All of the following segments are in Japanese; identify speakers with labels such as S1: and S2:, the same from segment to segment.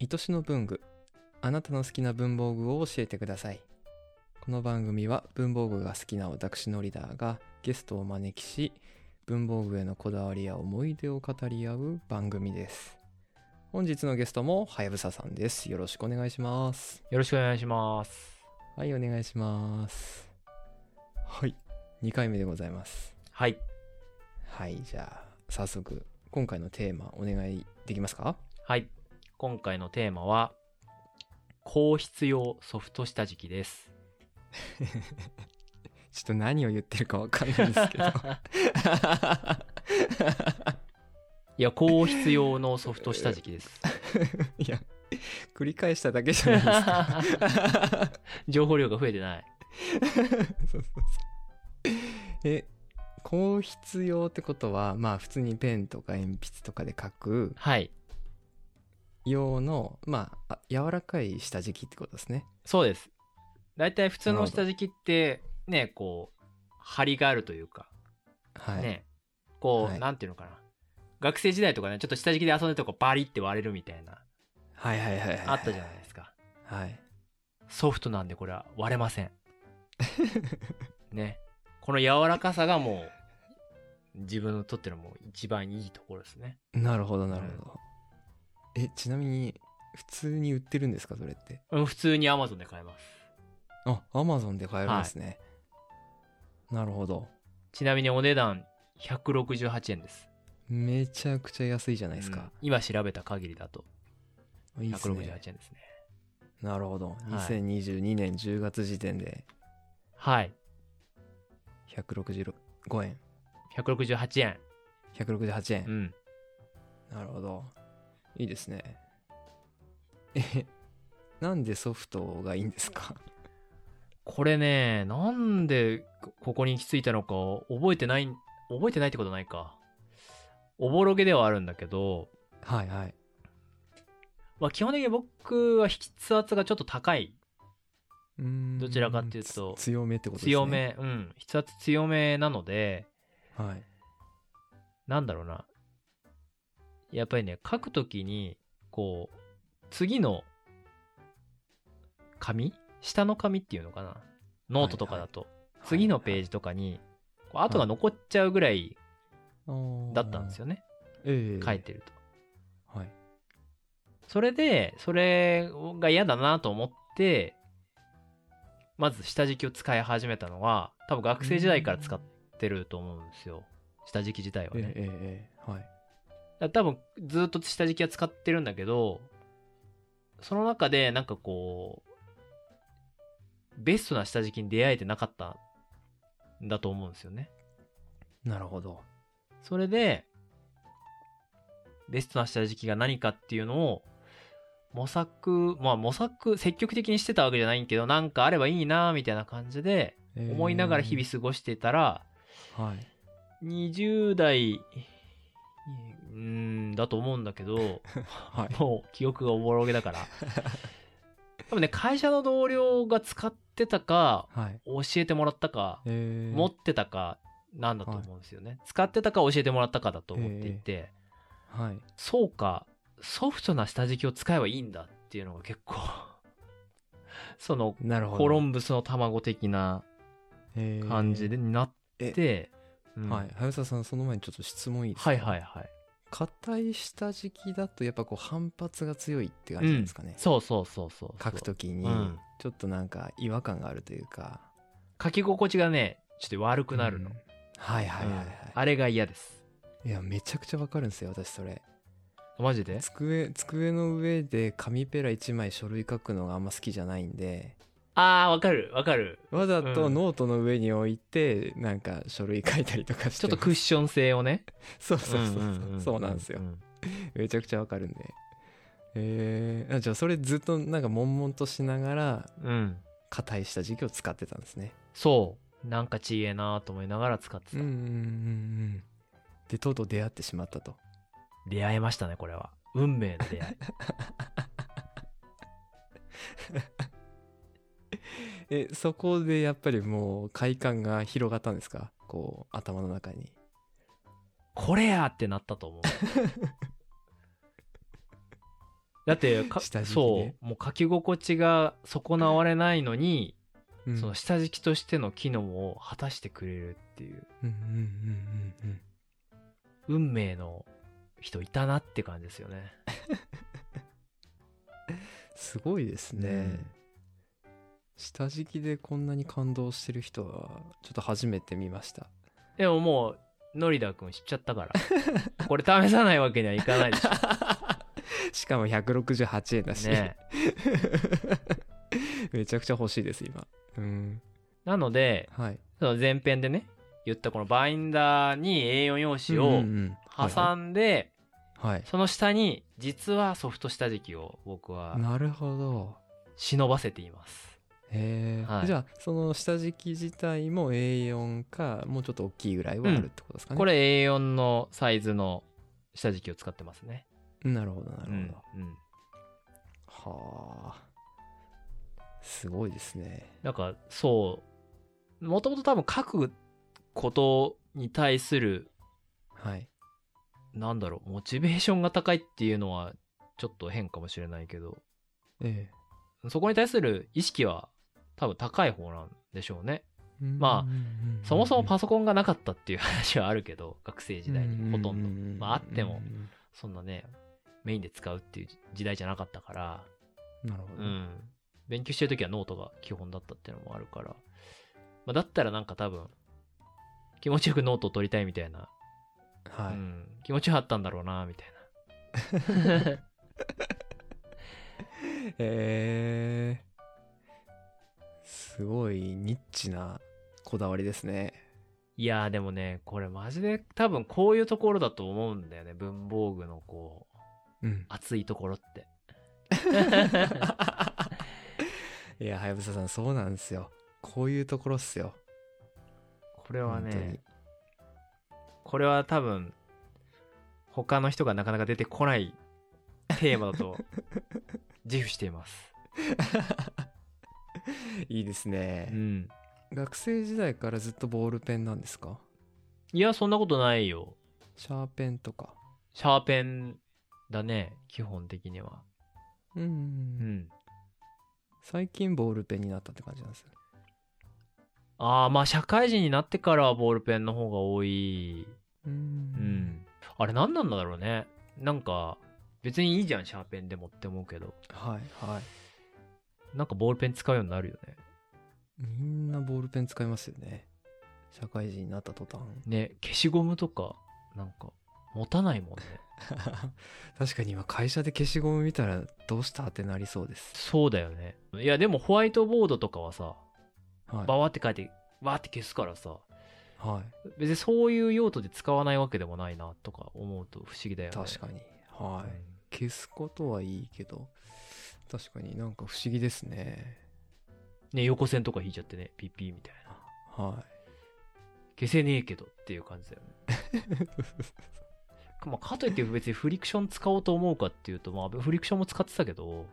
S1: 愛しの文具あなたの好きな文房具を教えてくださいこの番組は文房具が好きな私のリーダーがゲストをお招きし文房具へのこだわりや思い出を語り合う番組です本日のゲストもはやぶささんですよろしくお願いします
S2: よろしくお願いします。
S1: はいお願いしますはい2回目でございます
S2: はい。
S1: はいじゃあ早速今回のテーマお願いできますか
S2: はい。今回のテーマは、硬質用ソフト下敷きです。
S1: ちょっと何を言ってるかわかんないんです けど
S2: いや、硬質用のソフト下敷き です。
S1: いや繰り返しただけじゃ ないですか
S2: 情報量が増えてない。
S1: そうそうそうえ硬筆用ってことはまあ普通にペンとか鉛筆とかで書く
S2: はい。
S1: 用のまああ柔らかい下敷きってことですね
S2: そうです。だいたい普通
S1: なる
S2: の
S1: ほど
S2: 下敷きって、ね、こう、張りがあるというか、
S1: はい、
S2: ね、こう、
S1: はい
S2: なんていうのかな。学生時代とかね、ちょっと下敷きで遊んでるとこバリって割れるみたいな、
S1: はいはいはいはいはい
S2: あったじゃないですか。
S1: はい
S2: ソフトなんでこれは割れません。ね。この柔らかさがもう、自分のとってのもう一番いいところですね。
S1: なるほどなるほど、えちなみに普通に売ってるんですかそれって
S2: うん、普通に Amazon で買えます。
S1: あアマゾンで買えるんですね、なるほど
S2: ちなみにお値段168円です。
S1: めちゃくちゃ安いじゃないです
S2: うん
S1: か、
S2: 今調べた限りだと
S1: いいです
S2: 168円
S1: ね
S2: ですね。
S1: なるほど
S2: はい
S1: 2022年10月時点で
S2: はい。
S1: 165円
S2: 168円。
S1: 168円、
S2: うん。
S1: なるほどいいですねえなんでソフトがいいんです か
S2: これね、なんでここに行き着いたのか覚えてない、覚えてないってことないか。おぼろげではあるんだけど、
S1: はいはい
S2: まあ、基本的に僕は筆圧がちょっと高いう
S1: ーん
S2: どちらかっていうと
S1: つ強めってことですね
S2: 強め、うん、筆圧強めなので、
S1: はい
S2: なんだろうな。やっぱりね、書くときに、こう、次の紙下の紙っていうのかなノートとかだと、次のペー
S1: ジ
S2: ジとかに、こう跡が残っちゃうぐらい
S1: だ
S2: だったんです
S1: よ
S2: よね、
S1: ええ
S2: 書いてると。
S1: はい
S2: それで、それが嫌だなと思って、まず下敷きを使い始めたのは、多分学生時代から使ってると思うんですよ。下敷き自体は
S1: ええ
S2: ね。
S1: ええええはい
S2: だから多分ずっと下敷きは使ってるんだけど、その中でなんかこう、ベストな下敷きに出会えてなかったんだと思うんですよね。
S1: なるほど
S2: それで、ベストな下敷きが何かっていうのを、模索、まあ模索、積極的にしてたわけじゃないけど、なんかあればいいな、みたいな感じで、思いながら日々過ごしてたら、
S1: 々はい
S2: 20代、うーん、だと思うんだ けど、
S1: はい
S2: もう記憶がおぼろげだから。多分ね、会社の同僚が使ってたか、
S1: はい
S2: 教えてもらったか、
S1: ええ
S2: 持ってたかなんだと思うんですよね、使ってたか教えてもらったかだと思っていて、
S1: はい
S2: そうかソフトな下敷きを使えばいいんだっていうのが結構 その
S1: なるほど
S2: コロンブスの卵的な
S1: ええ
S2: 感じでになって、うん
S1: はい早ささんその前にちょっと質問いいですか
S2: はいはいはい
S1: 硬い下敷きだとやっぱこう反発が強いって感じなんですかね、
S2: そうそうそうそう
S1: 書くときに
S2: うん
S1: ちょっとなんか違和感があるというか、
S2: 書き心地がねちょっと悪くなるの、
S1: うんはいはいはいはい、
S2: うんあれが嫌です
S1: いやめちゃくちゃわかるんですよ私それ
S2: マジで
S1: 机机の上で紙ペラ1枚書類書くのがあんま好きじゃないんで
S2: ああわかるわかる
S1: わざと
S2: うん
S1: ノートの上に置いてなんか書類書いたりとかして
S2: ちょっとクッション性をね
S1: そうそうそうそう,、
S2: んんん
S1: そうなんですよ
S2: う
S1: めちゃくちゃわかるんでえー、あじゃあそれずっとなんか悶々としながら
S2: うん
S1: 硬い下敷きを使ってたんですね
S2: そう。なんかちげえなと思いながら使って
S1: うんう
S2: た。
S1: んうんうんでとうとう出会ってしまったと
S2: 出会えましたね、これは。運命の出 会い。
S1: えそこでやっぱりもう快感が広がったんですかこう頭の中に
S2: これやってなったと思う。だってか
S1: 下敷きで
S2: そうもう書き心地が損なわれないのに、
S1: うん
S2: その下敷きとしての機能を果たしてくれるっていう
S1: うんうんうんうんうん
S2: 運命の人いたなって感じですよね。
S1: すごいですね、
S2: うん
S1: 下敷きでこんなに感動してる人はちょっと初めて見ました
S2: でももうのりだくん知っちゃったから これ試さないわけにはいかないでしょ。
S1: しかも168円だし、
S2: ね
S1: めちゃくちゃ欲しいです今うん
S2: なので
S1: はい
S2: その前編でね言ったこのバインダーに A4 用紙を挟
S1: ん
S2: んで、
S1: はい、
S2: その下に実はソフト下敷きを僕は
S1: なるほど
S2: 忍ばせています。
S1: へえ、
S2: はい
S1: じゃあその下敷き自体も A4 かもうちょっと大きいぐらいはあるってことですかね、
S2: これ A4 のサイズの下敷きを使ってますね。
S1: なるほどなるほど、
S2: うんうん
S1: はあすごいですね
S2: なんかそうもともと多分書くことに対する
S1: はい
S2: なんだろうモチベーションが高いっていうのはちょっと変かもしれないけど
S1: え
S2: そこに対する意識は多分高い方なんでしょうね。
S1: え
S2: まあ
S1: あ
S2: そもそもパソコンがなかったっていう話はあるけど学生時代にほとんど。
S1: ん
S2: まああってもそんなね、メインで使うっていう時代じゃなかったから、
S1: なるほど、
S2: うん。勉強してるときはノートが基本だったっていうのもあるから、まあ、だったらなんか多分、気持ちよくノートを取りたいみたいな、
S1: は
S2: う
S1: い、
S2: ん、気持ちよかったんだろうな、みたいな。
S1: えーすごいニッチなこだわりですね
S2: いやーでもね、これマジで多分こういうところだと思うんだよね、文房具のこう、
S1: うん
S2: 熱いところって。
S1: いやはやぶささんそうなんですよこういうところっすよ
S2: これは
S1: 本当に
S2: ね、これは多分、他の人がなかなか出てこないテーマだ と自負しています。
S1: いいですね、
S2: うん。
S1: 学生時代からずっとボールペンなんですか
S2: いや、そんなことないよ。
S1: シャーペンとか
S2: シャーペンだね、基本的には。
S1: うん、
S2: うん。
S1: 最近ボールペンになったって感じなんです
S2: ああ、まあ社会人になってからはボールペンの方が多い。
S1: う
S2: うんん。あれ何なんだろうね。なんか、別にいいじゃん、シャーペンでもって思うけど。
S1: はいはい
S2: なんかボールペン使うようになるよね。
S1: みんなボールペン使いますよね社会人になった途端
S2: ね、消しゴムとか、なんか、持たないもんね。
S1: 確かに今会社で消しゴム見たらどうしたってなりそうです
S2: そうだよね。いや、でもホワイトボードとかはさ、
S1: はい
S2: バワって書いて、わーって消すからさ、
S1: はい
S2: 別にそういう用途で使わないわけでもないなとか思うと不思議だよね。
S1: 確かには
S2: うん
S1: い消すことはいいけど確かになんか不思議ですね
S2: ね、横線とか引いちゃってね、ピッピーみたいな。
S1: は
S2: 消せねえけどっていう感じだよね。
S1: い
S2: まあ、かといって別にフリクション使おうと思うかっていうと、まあ、フリクションも使ってたけど、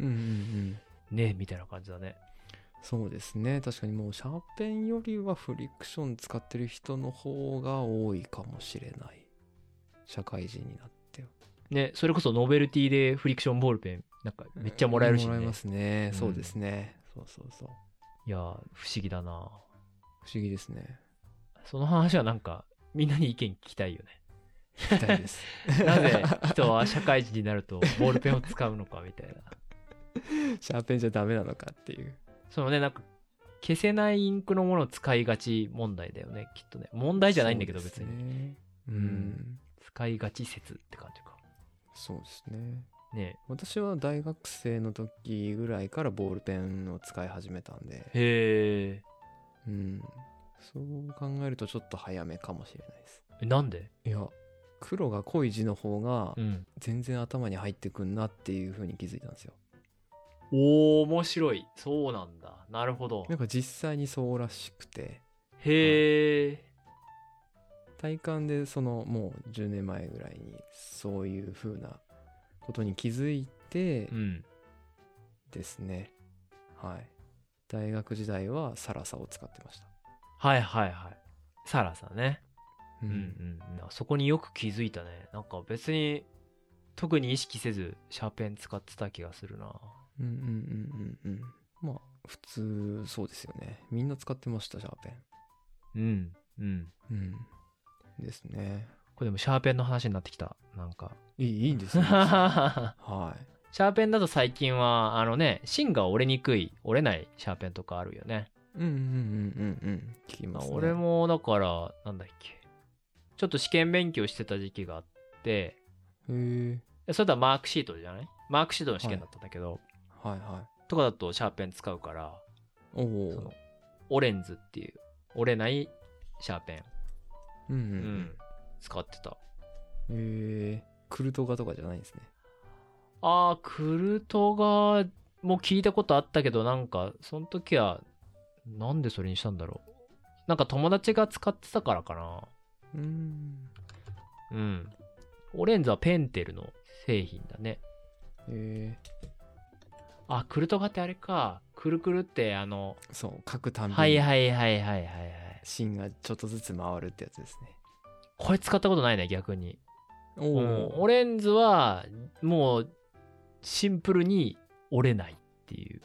S1: うんうんうん
S2: ねみたいな感じだね。
S1: そうですね確かにもうシャーペンよりはフリクション使ってる人の方が多いかもしれない社会人になっては
S2: ね、それこそノベルティでフリクションボールペン、なんかめっちゃもらえるし
S1: も
S2: ね。
S1: らえますね、
S2: うん
S1: そうですねそうそうそう
S2: いやー、不思議だ
S1: 不
S2: な
S1: 思議です ね
S2: その話はなんか、みんなに意見聞きたいよね。
S1: 聞きたいです
S2: なぜ人は社会人になるとボールペンを使うのかみたいな。
S1: シャーペンじゃダメなのかっていう
S2: そのね、なんか消せないインクのものを使いがち問題だよね、きっとね。問題じゃないんだけど
S1: そうで
S2: 別
S1: す
S2: に。
S1: ねうん、
S2: うん使いがち説って感じか。
S1: そうですね
S2: ね
S1: 私は大学生の時ぐらいからボールペンを使い始めたんで
S2: へ
S1: うんそう考えるとちょっと早めかもしれないです
S2: え。なんで
S1: いや黒が濃い字の方が
S2: うん。
S1: 全然頭に入ってくんなっていう風に気づいたんですよ
S2: おー、面白い。そうなんだ。なるほど
S1: なん。か実際にそうらしくて
S2: へえ。
S1: 体感でそのもう10年前ぐらいにそういう風なことに気づいて
S2: うん。
S1: ですね、はい大学時代はサラサを使ってました
S2: はいはいはい。サラさんね。
S1: う
S2: うんうんうん、そこによく気づいたねなんか別に特に意識せずシャーペン使ってた気がするな
S1: うんうんうんうんうん。まあ、普通、そうですよね。みんな使ってました、シャーペ
S2: うんうん
S1: ン。うん。ですね。
S2: これでもシャーペンの話になってきたなん か
S1: いい、いいんです
S2: シ
S1: よ。は
S2: ャ
S1: い。
S2: ーペンだと最近はあのね芯が折れにくい折れないシャーペンとかあるよね
S1: うんうんうんうんうん。聞きます、ね。
S2: 俺。もだからなんだっけちょっと試験勉強してた時期があって
S1: へえ。
S2: でそれとはマークシートじゃないマークシートの試験だったんだけど、
S1: はいは
S2: とかだとシャーペン使うから
S1: い。お
S2: その
S1: お。
S2: オレンズっていう折れないシャーペン、
S1: うん
S2: う
S1: うん
S2: ん、使ってた
S1: うん。へえ。クルトガとかじゃないんですね。
S2: あークルトガも聞いたことあったけどなんかその時はなんでそれにしたんだろうなんか友達が使ってたからかな
S1: うん。
S2: うんオレンズはペンテルの製品だね
S1: へえ。
S2: あクルトガってあれかくるくるってあの
S1: そう、書くたんび
S2: はい
S1: に
S2: はいはいはいはいはい
S1: 芯がちょっとずつ回るってやつですね。
S2: これ使ったことないね逆に
S1: お
S2: うん、
S1: お。
S2: オレンズはもうシンプルに折れないっていう、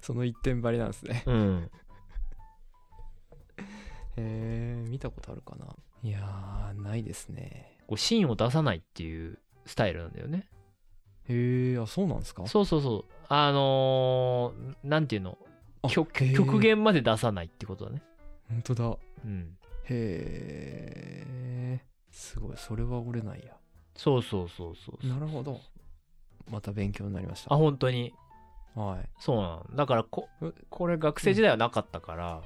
S1: その一点張りなんですね。
S2: うん、
S1: へえ、見たことあるかな。いやー、ないですね。
S2: こう芯を出さないっていうスタイルなんだよね
S1: へえ、あ、そうなんですか
S2: そうそうそうあのーなんていうの
S1: あ
S2: 極
S1: へー
S2: 極限まで出さないってことだね、
S1: 本当だ。
S2: うん、
S1: へえ、すごい。それは折れないや。
S2: そうそうそうそうそう
S1: なるほど。また勉強になりました。
S2: あ本当に
S1: はい。
S2: そうなんだからこ
S1: え
S2: これ学生時代はなかったから、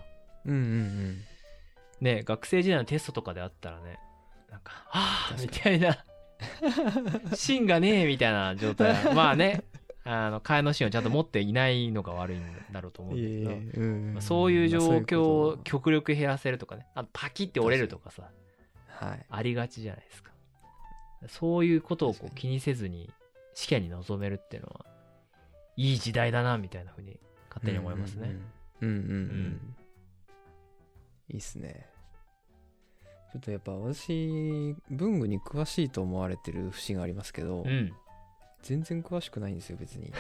S1: うんうんうん。
S2: ね学生時代のテストとかであったらねなんか「はあ」み
S1: 確
S2: たいな 「芯がねえ」みたいな状態まあねあの替えの芯をちゃんと持っていないのが悪いんだろうと思うんだけど、
S1: ええうん
S2: まあそういう状況
S1: まあそういう
S2: を
S1: こと
S2: 極力減らせるとかねあとパキって折れるとかさ
S1: はい。
S2: ありがちじゃないですかそういうことを
S1: 確
S2: こ
S1: か
S2: う
S1: に
S2: 気にせずに試験に臨めるっていうのはいい時代だなみたいなふうに勝手に思いますね、
S1: うんうんうん。うんうんうん
S2: うん
S1: いいっすね。ちょっとやっぱ私、文具に詳しいと思われてる節がありますけど、
S2: うん
S1: 全然詳しくないんですよ、別に。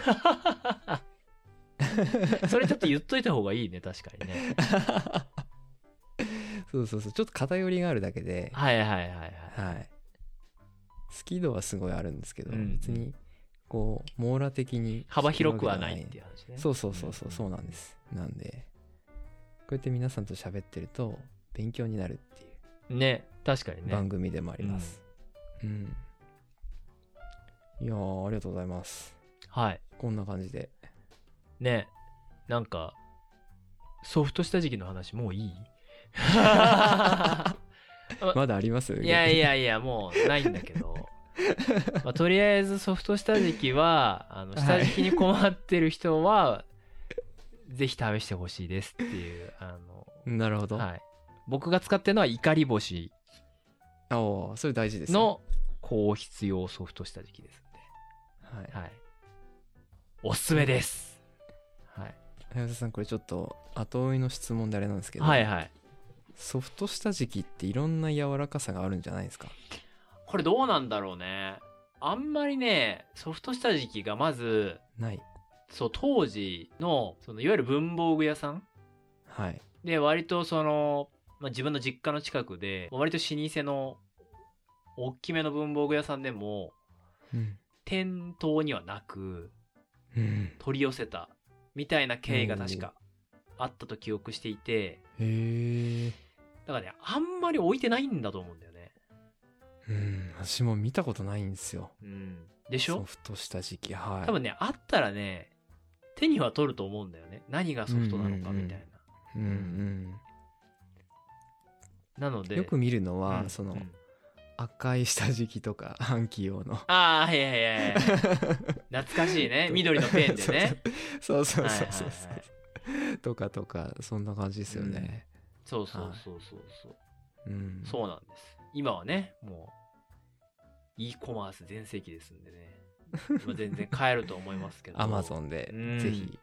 S2: それちょっと言っといた方がいいね確かにね
S1: そうそうそう。ちょっと偏りがあるだけで、
S2: はいはいはいはい
S1: はい。好き度はすごいあるんですけど、
S2: うん
S1: 別に、こう、網羅的に。
S2: 幅広くはないっていう話ね
S1: そうそうそうそう、そうなんです。なんで、こうやって皆さんと喋ってると、勉強になるっていう
S2: ね確かにね
S1: 番組でもあります。うん。いやー、ありがとうございます。
S2: はい
S1: こんな感じで。
S2: ねなんかソフト下敷きの話もう いい
S1: まだあります
S2: いやい
S1: や。
S2: やいやもうないんだ けど、まあ、とりあえずソフト下敷きはあの
S1: はい
S2: 下敷きに困ってる人は、ぜひ試してほしいですっていうあ
S1: なるほ
S2: の、
S1: ど。
S2: はい、僕が使ってるのは怒り星
S1: あおーそれ大事ですよ。
S2: の高必要ソフト下敷きですんで
S1: はい。
S2: はい。おすすめです。はい。
S1: 早田さん、これちょっと後追いの質問であれなんですけど、
S2: はいはい。
S1: ソフト下敷きっていろんな柔らかさがあるんじゃないですか
S2: これどうなんだろうね。あんまりね、ソフト下敷きがまず、
S1: ない。
S2: そう、当時の、その、いわゆる文房具屋さん
S1: はい。
S2: で、割とその、まあ、自分の実家の近くで、割と老舗の、大きめの文房具屋さんでも、
S1: うん。
S2: 店頭にはなく、
S1: うん、
S2: 取り寄せた、みたいな経緯が確か、あったと記憶していて、
S1: へえ。
S2: だからね、あんまり置いてないんだと思うんだよね。
S1: うん。私も見たことないんですよ。
S2: うん。でしょ
S1: ソフト下敷き。はい。
S2: 多分ね、あったらね、手には取ると思うんだよね。何がソフトなのかみたいな。
S1: うんうん。
S2: なので、
S1: よく見るのは、
S2: うん
S1: そうの
S2: ん
S1: 赤い下敷きとか 半旗用の。
S2: ああ、いやいや いや懐かしいね。緑のペンでね。
S1: そうそう
S2: はい
S1: そう
S2: はい
S1: そう
S2: はい
S1: そう。とかとか、そんな感じですよね。
S2: そうそうそうそうそう。
S1: うん。
S2: そうなんです。今はね、もう、e コマース全盛期ですんでね。まあ全然買えると思いますけ ど。
S1: アマゾンで
S2: うん、
S1: ぜひ。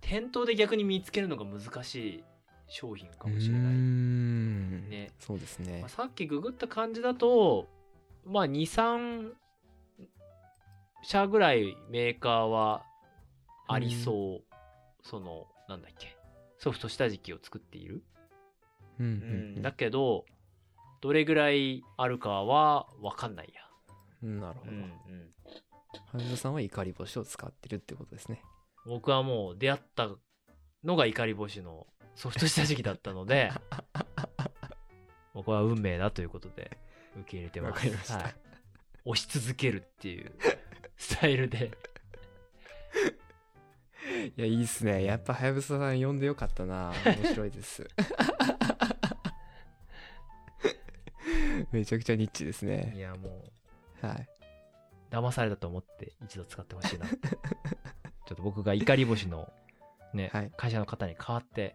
S2: 店頭で逆に見つけるのが難しい商品かもしれ
S1: うー
S2: ない。
S1: ん
S2: ね
S1: そうですね
S2: まあ、。さっきググった感じだとまあ、2、3社ぐらいメーカーはありそう。その、なんだっけ。ソフト下敷きを作っている。
S1: うん
S3: うん
S2: だけど、どれぐらいあるかはわかんないや。
S1: うんなるほ
S3: う
S1: ど
S3: んうん
S1: 半田さんは怒り星を使ってるってことですね
S2: 僕はもう出会ったのが怒り星のソフト下敷きだったので、僕は運命だということで受け入れてます。
S1: わかりました
S2: はい、押し続けるっていうスタイルで。
S1: いやいいっすねやっぱはやぶささん呼んでよかったな面白いです めちゃくちゃニッチです
S2: い
S1: ね
S2: やも
S1: はい、
S2: う、騙されたと思って一度使ってほしいなって。ちょっと僕が怒り星のね、
S1: はい
S2: 会社の方に代わって、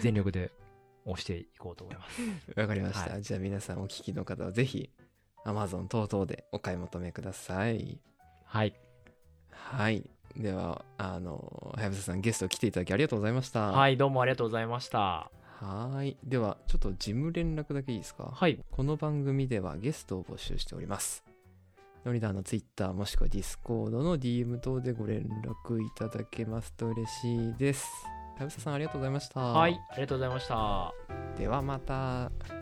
S2: 全力で押していこうと思います。
S1: わかりました、
S2: は
S1: じゃあ皆さんお聞きの方はぜひ Amazon 等々でお買い求めください
S2: はい。
S1: はいではあのはやぶささんゲスト来ていただきありがとうございました
S2: はいい、どうもありがとうございました。
S1: はいではちょっと事務連絡だけいいですか
S2: はい。
S1: この番組ではゲストを募集しております。ノリダーの Twitter もしくは Discord の DM 等でご連絡いただけますと嬉しいです。はやぶささんありがとうございました。
S2: はい、ありがとうございました。
S1: ではまた。
S2: バイバイ。